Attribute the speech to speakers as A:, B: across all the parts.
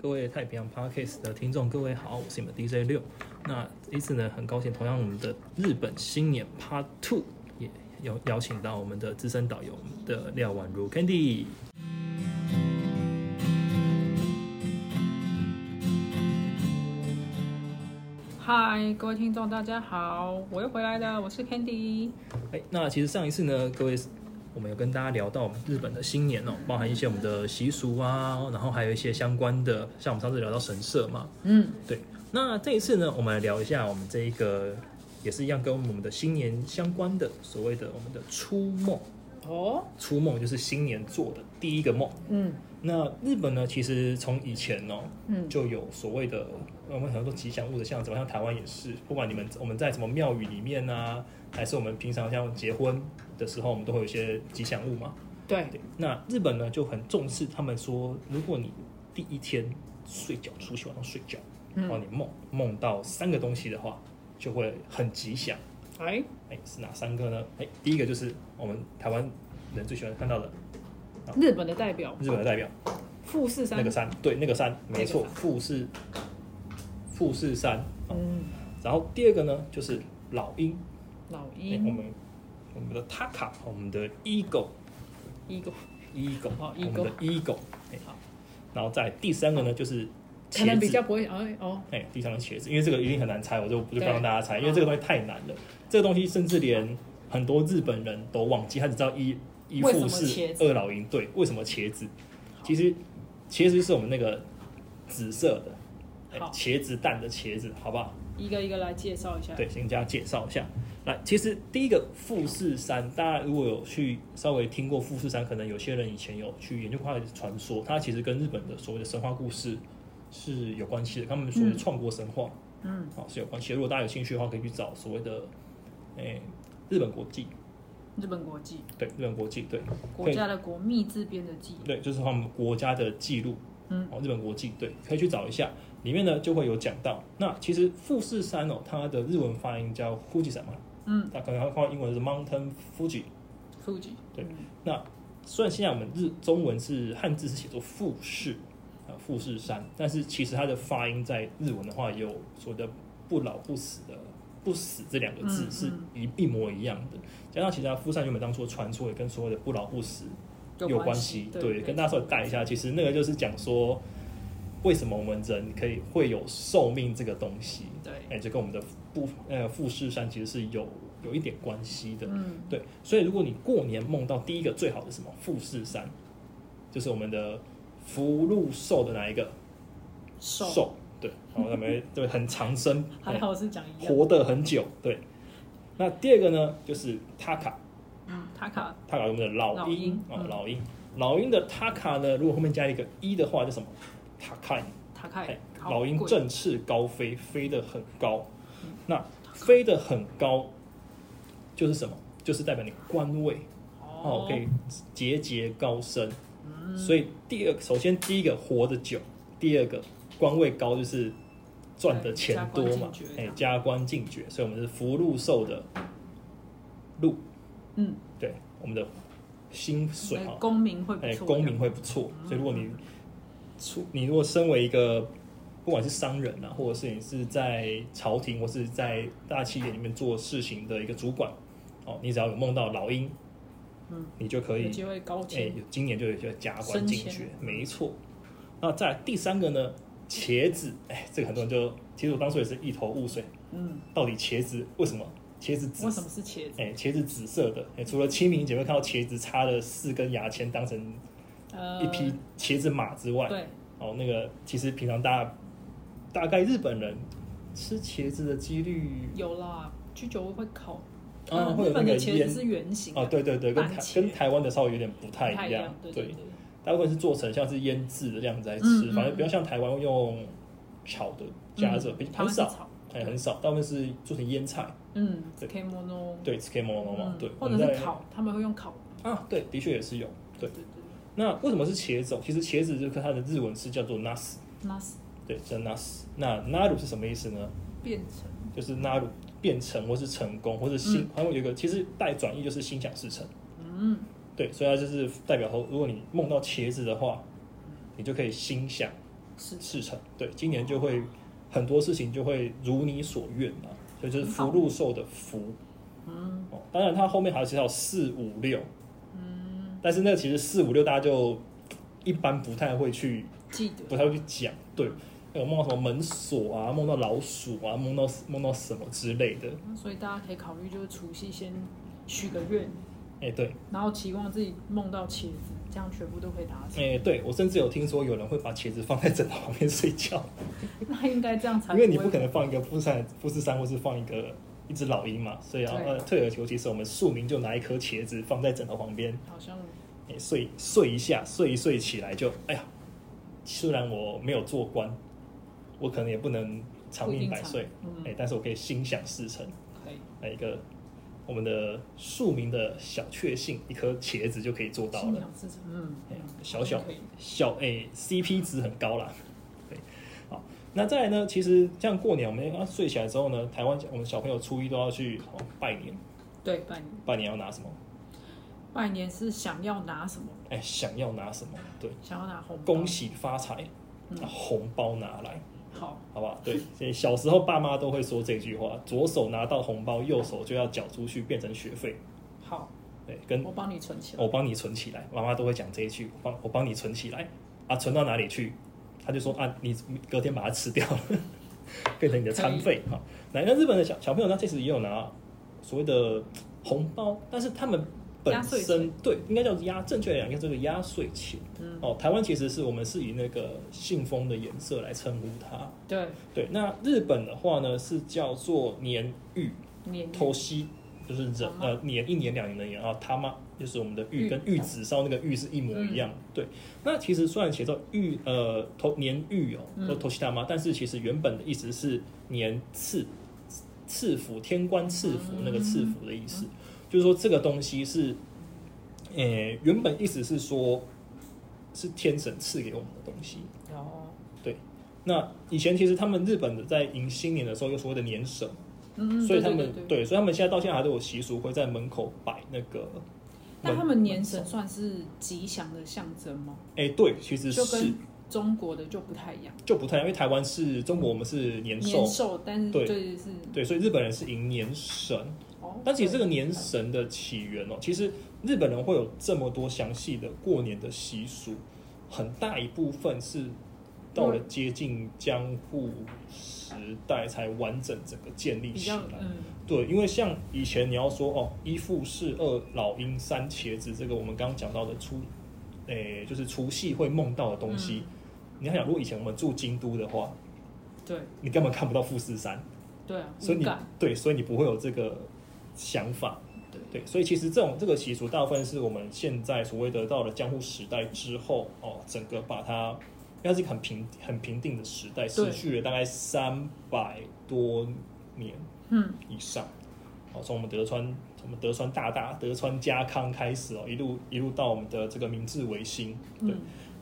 A: 各位太平洋 Parkes 的听众，各位好，我是你们 DJ 六。那这次呢，很高兴，同样我们的日本新年 Part Two 也邀邀请到我们的资深导游我们的廖婉如 Candy。
B: 嗨，各位听众，大家好，我又回来了，我是 Candy。
A: 哎，那其实上一次呢，各位我们有跟大家聊到我们日本的新年哦，包含一些我们的习俗啊，然后还有一些相关的，像我们上次聊到神社嘛，
B: 嗯，
A: 对。那这一次呢，我们来聊一下我们这一个也是一样跟我们的新年相关的所谓的我们的初梦，
B: 哦，
A: 初梦就是新年做的第一个梦。
B: 嗯
A: 那日本呢，其实从以前哦，
B: 嗯，
A: 就有所谓的呃我们很多吉祥物的像什么，像台湾也是，不管你们我们在什么庙宇里面啊，还是我们平常像结婚的时候，我们都会有一些吉祥物嘛。
B: 对，
A: 对，那日本呢就很重视，他们说，如果你第一天睡觉，除夕晚上睡觉，然后
B: 嗯，
A: 你梦梦到三个东西的话，就会很吉祥。
B: 哎，
A: 哎，是哪三个呢？哎，第一个就是我们台湾人最喜欢看到的
B: 日本的代表
A: 日本的代表。
B: 富士山，
A: 那个山，对，那个山，没错
B: 那，个山
A: 富士富士山。哦
B: 嗯，
A: 然后第二个呢，就是老鹰，
B: 老
A: 哎我
B: 鹰
A: 们我们的 Taka，我们的 Eagle
B: 哦一个
A: Eagle，
B: 哦
A: 我们的 Eagle，哎
B: 好，
A: 然后再第三个呢，就是
B: 可能
A: 茄
B: 比较
A: 子，
B: 不会，哎哦，
A: 哎，第三个茄子，因为这个一定很难猜，我就不就不让
B: 对嗯
A: 大家猜，因为这个东西太难了，这个东西甚至连很多日本人都忘记，他只知道一一
B: 为什
A: 富
B: 么
A: 士
B: 茄子
A: 二老鹰，对，为什么茄子？其实茄子是我们那个紫色的，哎
B: 好
A: 茄子蛋的茄子，好不好？
B: 一个一个来介绍一下。
A: 对，先跟大家介绍一下。来，其实第一个富士山，大家如果有去稍微听过富士山，可能有些人以前有去研究过它的传说，它其实跟日本的所谓的神话故事是有关系的。他们说的
B: 嗯
A: 创国神话，
B: 嗯，
A: 好、是有关系的。如果大家有兴趣的话，可以去找所谓的，诶、日本国际，
B: 日本国际
A: 对，日本国际，对，
B: 国家的国，密字边的记，
A: 对，就是他们国家的记录，
B: 嗯，
A: 哦，日本国际对，可以去找一下，里面呢就会有讲到。那其实富士山哦，它的日文发音叫 Fuji 山嘛，
B: 嗯，
A: 它可能它放英文是 Mountain Fuji。
B: 富士，
A: 对
B: 嗯，
A: 那虽然现在我们日中文是汉字是写作富士啊富士山，但是其实它的发音在日文的话有所谓的不老不死的不死这两个字
B: 嗯
A: 是
B: 嗯
A: 一一模一样的。加上其实它富士山原本当初的传说也跟所谓的不老不死有关系。对，跟大家稍微带一下，其实那个就是讲说，为什么我们人可以会有寿命这个东西，
B: 对，
A: 哎，这跟我们的富呃富士山其实是有有一点关系的。
B: 嗯，
A: 对，所以如果你过年梦到第一个最好的是什么富士山，就是我们的福禄寿的哪一个
B: 寿，
A: 对，然后他们对很长生，
B: 还 好是讲一样
A: 哎活，得很久，对。那第二个呢，就是塔卡，
B: 嗯，塔卡
A: 塔卡我们的老
B: 老
A: 鹰
B: 鹰
A: 啊，
B: 嗯
A: 老鹰，老鹰的塔卡呢，如果后面加一个一的话，叫什么？塔卡，
B: 塔卡
A: 哎，
B: 好
A: 老鹰
B: 贵嗯
A: 振翅高飞，飞得很高。那飞得很高，就是什么？就是代表你官位哦，可以节节高升。
B: 嗯
A: 所以第二，首先第一个活得久，第二个官位高就是赚的钱多嘛
B: 加官进，爵
A: 哎，加官进爵，所以我们是福禄寿的禄，
B: 嗯，
A: 对，我们的薪水
B: 哎
A: 啊，
B: 公民会不
A: 哎，
B: 错，
A: 公民会不错。
B: 嗯
A: 所以如果你出，你如果身为一个不管是商人啊，或者是你是在朝廷或是在大企业里面做事情的一个主管，哦，你只要有梦到老鹰，
B: 嗯，
A: 你就可以
B: 有机会高
A: 哎、
B: 阶，
A: 有今年就有些加官进
B: 升
A: 爵
B: 迁，
A: 没错。那再来第三个呢，茄子，哎、这个很多人就，其实我当初也是一头雾水，
B: 嗯，
A: 到底茄子为什么茄子紫
B: 为什么是茄子？
A: 哎、茄子紫色的，哎、除了清明节会看到茄子插了四根牙签当成
B: 呃，
A: 一匹茄子马之外，
B: 对，
A: 哦，那个其实平常大大概日本人吃茄子的几率
B: 有啦，居酒屋会烤，
A: 啊，
B: 嗯
A: 会
B: 日
A: 有那
B: 本的
A: 个
B: 茄
A: 烟
B: 子是圆形的
A: 哦，，对对对，跟
B: 番
A: 台
B: 茄
A: 跟台湾的稍微有点不
B: 不
A: 太
B: 太
A: 一
B: 一
A: 样
B: 样，，对对，
A: 大部分是做成像是腌制的这样子来吃，
B: 嗯嗯
A: 反正不要像台湾用炒的加热，比
B: 嗯台
A: 很
B: 湾是
A: 少，
B: 炒，
A: 哎、很少，大部分是做成腌菜，
B: 嗯
A: 对
B: ，K m o n
A: 对 s k m o n o 嘛，对，
B: 嗯或者
A: 我们
B: 是
A: 在
B: 烤，他们会用烤，
A: 啊，对，的确也是有，对。
B: 对对
A: 那为什么是茄子哦？其实茄子这个它的日文是叫做 nas，
B: 那是
A: 对，叫 nas。那 naru 是什么意思呢？
B: 变成
A: 就是 naru 变成或是成功或是心，
B: 嗯
A: 还有一个其实代转义就是心想事成，
B: 嗯，
A: 对，所以它就是代表说，如果你梦到茄子的话，你就可以心想
B: 是
A: 事成。对，今年就会很多事情就会如你所愿啊，所以就是福
B: 很好
A: 禄寿的福。嗯，哦，当然它后面还是要四五六。嗯，但是那其实四五六大家就一般不太会去
B: 记得
A: 不太会去讲，对，有梦到什么门锁啊，梦到老鼠啊，梦到梦到什么之类的，
B: 嗯所以大家可以考虑，就是除夕先许个愿，
A: 哎、对，
B: 然后期望自己梦到茄子，这样全部都可以达成。
A: 哎、对我甚至有听说有人会把茄子放在枕头旁边睡 觉，
B: 那应该这样才
A: 因为你不
B: 会
A: 可能放一个富士山富士山或是放一个一只老鹰嘛，所以啊，
B: 对
A: 呃，退而求其次，我们庶民就拿一颗茄子放在枕头旁边，
B: 好像
A: 哎、睡睡一下，睡一睡起来就，哎呀，虽然我没有做官，我可能也不能长
B: 不一
A: 命
B: 定
A: 百
B: 长
A: 岁，
B: 嗯
A: 哎、但是我可以心想事成。
B: 可以。
A: 哎来一个我们的庶民的小确幸，一颗茄子就可以做到
B: 心
A: 了。
B: 想事成，嗯，
A: 哎小小
B: 可以
A: 小诶、CP 值很高啦。对，好，那再来呢？其实像过年，我们要睡起来之后呢，台湾我们小朋友初一都要去、哦、拜年，
B: 对拜年，
A: 拜年要拿什么？
B: 拜年是想要拿什么？
A: 哎、想要拿什么？对，
B: 想要拿红包，
A: 恭喜哦发财，
B: 嗯
A: 那红包拿来，
B: 好，
A: 好不好？对，所以小时候爸妈都会说这句话：左手拿到红包，右手就要缴出去，变成学费。
B: 好，
A: 对，跟
B: 我帮你存起来。
A: 我帮你存起来，妈妈都会讲这一句，我帮我帮你存起来啊，存到哪里去？他就说啊，你你隔天把它吃掉了， 变成你的餐费哈。那那日本的小小朋友呢，其实也有拿所谓的红包，但是他们本
B: 压岁
A: 身
B: 钱
A: 对应该叫压，正确来讲应该叫做压岁钱。
B: 嗯，
A: 哦，台湾其实是我们是以那个信封的颜色来称呼它。
B: 对，
A: 对，那日本的话呢是叫做年玉，
B: 年
A: 偷西就是人
B: 好吗
A: 呃年一年两年的年啊，他妈就是我们的玉
B: 玉
A: 跟玉子烧那个玉是一模一样。对，那其实虽然写作玉呃头年玉哦，
B: 嗯
A: 或头西他妈，但是其实原本的意思是年赐赐福天官赐福
B: 嗯
A: 那个赐福的意思，就是说这个东西是，呃原本意思是说是天神赐给我们的东西。
B: 然后
A: 那以前其实他们日本的在迎新年的时候，有所谓的年神，
B: 嗯，嗯
A: 所以他们
B: 对对对，
A: 所以他们现在到现在还都有习俗，会在门口摆那个。
B: 但他
A: 门
B: 们年神
A: 门
B: 算是吉祥的象征吗？
A: 哎、对，其实
B: 就是跟中国的就不太一样，
A: 就不太一样，因为台湾是中国，我们是年兽
B: 年，兽，但是
A: 对
B: 就是是，
A: 对，所以日本人是迎年神。
B: 哦，
A: 但其实这个年神的起源哦，其实日本人会有这么多详细的过年的习俗，很大一部分是到
B: 嗯
A: 了接近江户时代才完整整个建立
B: 比
A: 起
B: 较
A: 来。
B: 嗯，
A: 对，因为像以前你要说哦，一富士二老鹰三茄子，这个我们刚刚讲到的初，诶、就是除夕会梦到的东西。
B: 嗯
A: 你要想，如果以前我们住京都的话，
B: 对
A: 你根本看不到富士山，
B: 对啊，
A: 所以
B: 无
A: 你
B: 感
A: 对，所以你不会有这个想法。
B: 对
A: 对，所以其实这种这个习俗，大部分是我们现在所谓的到了江户时代之后哦，整个把它，因为它是一个很平很平定的时代，持
B: 对
A: 续了大概三百多年。
B: 嗯，
A: 以上。哦，从我们德川，从我们德川大大、德川家康开始哦，一路一路到我们的这个明治维新，对，
B: 嗯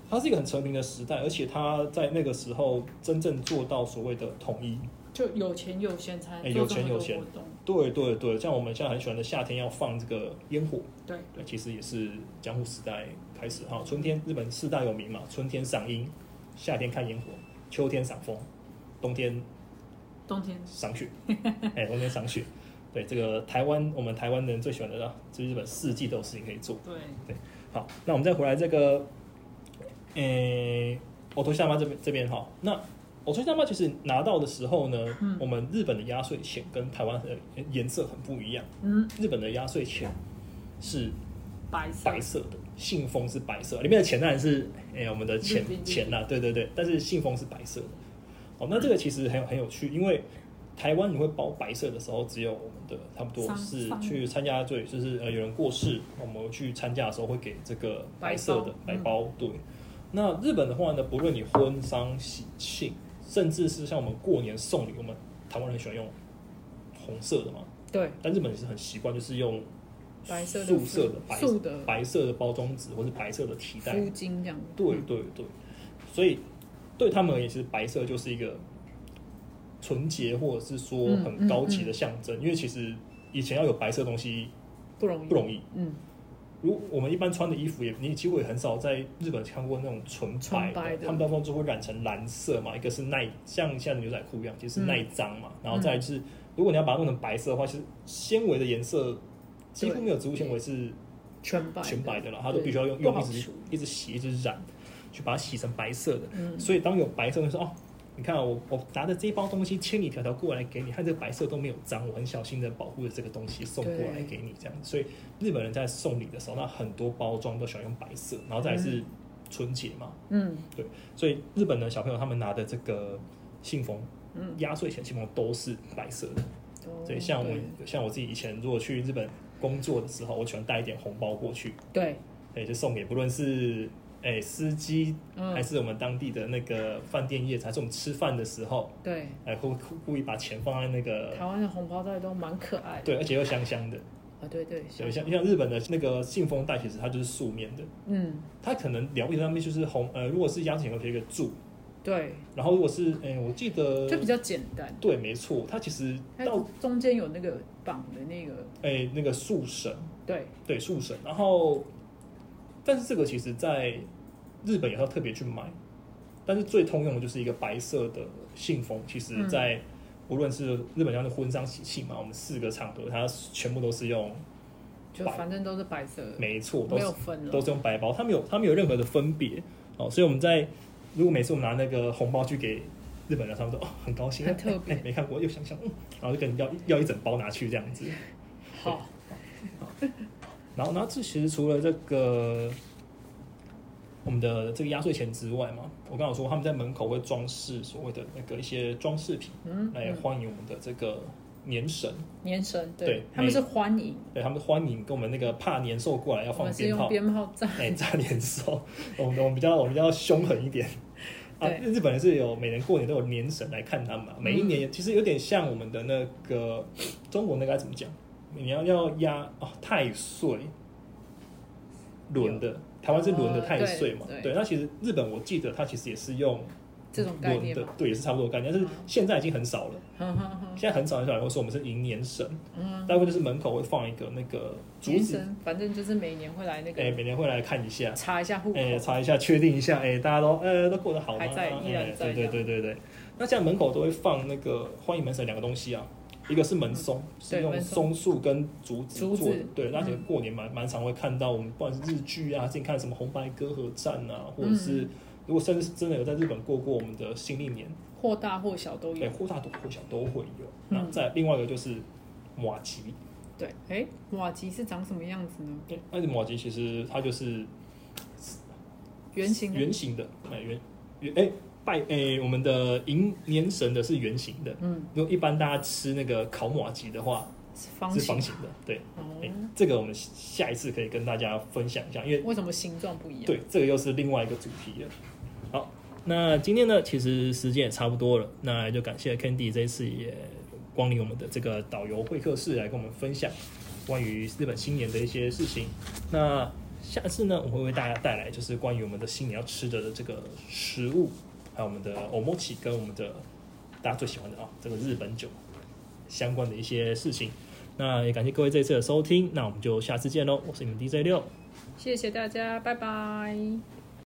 A: 它是一个很成名的时代，而且它在那个时候真正做到所谓的统一。
B: 就有钱有闲才
A: 哎
B: 能
A: 有
B: 做
A: 钱
B: 这么多
A: 有闲
B: 活动，
A: 对对对，像我们现在很喜欢的夏天要放这个烟火，
B: 对，
A: 对，其实也是江户时代开始哈、春天日本四大有名嘛，春天赏樱，夏天看烟火，秋天赏枫，冬天
B: 冬天
A: 赏雪， 哎、冬天赏雪。对，这个台湾我们台湾人最喜欢的啦，就是日本四季都有事情可以做。
B: 对
A: 好，那我们再回来这个，诶、我头下妈这边这边哈，那我头下妈其实拿到的时候呢，
B: 嗯
A: 我们日本的压岁钱跟台湾的颜色很不一样，
B: 嗯，
A: 日本的压岁钱是
B: 白色
A: 白色的，信封是白色，里面的钱当然是诶、我们的钱
B: 日币日币
A: 钱啦、对对对，但是信封是白色的。哦，那这个其实很有很有趣，因为台湾你会包白色的时候，只有我们的差不多
B: 丧
A: 是
B: 丧
A: 去参加，对，就是呃有人过世，我们去参加的时候会给这个白色的白
B: 白包嗯
A: 包，对。那日本的话呢，不论你婚丧喜庆，甚至是像我们过年送礼，我们台湾人很喜欢用红色的嘛，
B: 对
A: 但日本也是很习惯，就是用
B: 白色的
A: 素色的白
B: 素的
A: 白色的包装纸或是白色的提袋。
B: 敷金这样，
A: 对
B: 嗯
A: 对对，所以对他们而言，其实白色就是一个纯洁或者是说
B: 嗯
A: 很高级
B: 嗯
A: 的象征，因为其实以前要有白色的东西
B: 不容易
A: 不容易。
B: 嗯
A: 如我们一般穿的衣服也，你几乎也很少在日本看过那种纯白
C: 纯白的
A: 他们大部分就会染成蓝色嘛，一个是耐像现在的牛仔裤一样，其实
C: 嗯
A: 耐脏嘛，然后再来就是如果你要把它弄成白色的话，其实纤维的颜色几乎
C: 对
A: 没有植物纤维是
C: 全白
A: 全白的了，它都
C: 对
A: 必须要用
C: 不
A: 用
C: 好
A: 一直
C: 除
A: 一直洗一直染，去把它洗成白色的。
C: 嗯，
A: 所以当有白色的时候，哦，你看啊我我拿着这一包东西千里迢迢过来给你，它这个白色都没有脏，我很小心的保护着这个东西送过来
C: 对
A: 给你这样。所以日本人在送礼的时候，那很多包装都喜欢用白色，然后再来是春节嘛，
C: 嗯
A: 所以日本的小朋友他们拿的这个信封，
C: 嗯，
A: 压岁钱信封都是白色的。
C: 哦
A: 所以像我
C: 对
A: 像我自己以前如果去日本工作的时候，我喜欢带一点红包过去，
C: 对，
A: 对，就送给不论是哎、司机，
C: 嗯
A: 还是我们当地的那个饭店业者，还是我们吃饭的时候，
C: 对，
A: 哎、会故故意把钱放在那个
C: 台湾的红包袋都蛮可爱的
A: 对，而且又香香的，
C: 啊，对对，
A: 对，像像日本的那个信封袋，其实它就是素面的，
C: 嗯
A: 它可能了不起上面就是红，呃，如果是压钱会有一个柱，
C: 对，
A: 然后如果是哎、我记得
C: 就比较简单。
A: 对，没错，它其实
C: 它
A: 到
C: 中间有那个绑的那个，
A: 哎、那个树绳，
C: 对，
A: 对树绳，然后，但是这个其实在日本也要特别去买，但是最通用的就是一个白色的信封，其实
C: 嗯
A: 在、无论是日本像是婚丧喜庆嘛，我们四个场合它全部都是用，
C: 就
A: 白
C: 反正都是白色的，
A: 没错，都
C: 没
A: 是
C: 有分
A: 都
C: 了。
A: 是用白包，它没有它没有任何的分别哦，所以我们在如果每次我们拿那个红包去给。日本人他们说哦很高 兴，
C: 很特别
A: 哎哎没看过又想想，嗯，然后就跟你要要一整包拿去这样子。
C: 好，
A: 然后，然后这其实除了这个我们的这个压岁钱之外嘛，我刚好说他们在门口会装饰所谓的那个一些装饰品，
C: 嗯，
A: 来欢迎我们的这个年神。
C: 年神，
A: 对
C: 他们是欢迎，
A: 对他们欢迎跟我们那个怕年兽过来要
C: 我
A: 放
C: 们是
A: 鞭
C: 用
A: 炮，
C: 鞭炮炸，
A: 哎，炸年兽。我们我们比较我们比较凶狠一点。啊，
C: 对嗯
A: 日本人是有每年过年都有年神来看他们嘛，每一年也其实有点像我们的那个中国那个该怎么讲？你要要压哦太岁轮的，台湾是轮的
C: 哦
A: 太岁嘛、
C: 对对
A: 对，那其实日本我记得它其实也是用
C: 这种概
A: 轮
C: 念
A: 的
C: 嘛，，
A: 对，也是差不多的概念，但是
C: 嗯
A: 现在已经很少了。
C: 哼哼哼
A: 现在很少很少人会说我们是迎年神，
C: 嗯，
A: 大部分就是门口会放一个那个竹
C: 年
A: 子，
C: 神，反正就是每年会来那
A: 哎、
C: 个
A: 每年会来看一下。
C: 查一下户口，啊
A: 哎、查一下，确定一下，哎、大家都呃都过得好吗？
C: 还在依然
A: 哎
C: 在
A: 对对对对对。那现在门口都会放那个欢迎门神两个东西啊，一个是门松，是
C: 对
A: 用
C: 门
A: 松
C: 松
A: 树跟竹子
C: 竹子
A: 做的。对，那其实
C: 嗯
A: 过年蛮蛮常会看到，我们不管是日剧啊，之前看什么《红白歌合战》啊，或者是、
C: 嗯哦
A: 如果甚至是真的有在日本过过我们的新历年，
C: 或大或小都
A: 对，
C: 有。
A: 或大或小都会有。
C: 嗯
A: 那再另外一个就是马吉，
C: 对，哎，瓦吉是长什么样子呢？
A: 对那马吉其实它就是
C: 圆形的，
A: 圆形的，哎圆圆哎拜哎我们的迎年神的是圆形的。
C: 嗯，
A: 如果一般大家吃那个烤马吉的话，
C: 是方
A: 是
C: 形
A: 方。形的。对，哎
C: 哦，
A: 这个我们下一次可以跟大家分享一下，因为
C: 为什么形状不一样？，
A: 对这个又是另外一个主题了。好，那今天呢，其实时间也差不多了，那就感谢 Candy 这一次也光临我们的这个导游会客室来跟我们分享关于日本新年的一些事情。那下次呢，我会为大家带来就是关于我们的新年要吃的这个食物，还有我们的 omochi 跟我们的大家最喜欢的啊、这个日本酒相关的一些事情。那也感谢各位这次的收听，那我们就下次见喽！我是你们 DJ 六，
B: 谢谢大家，拜拜。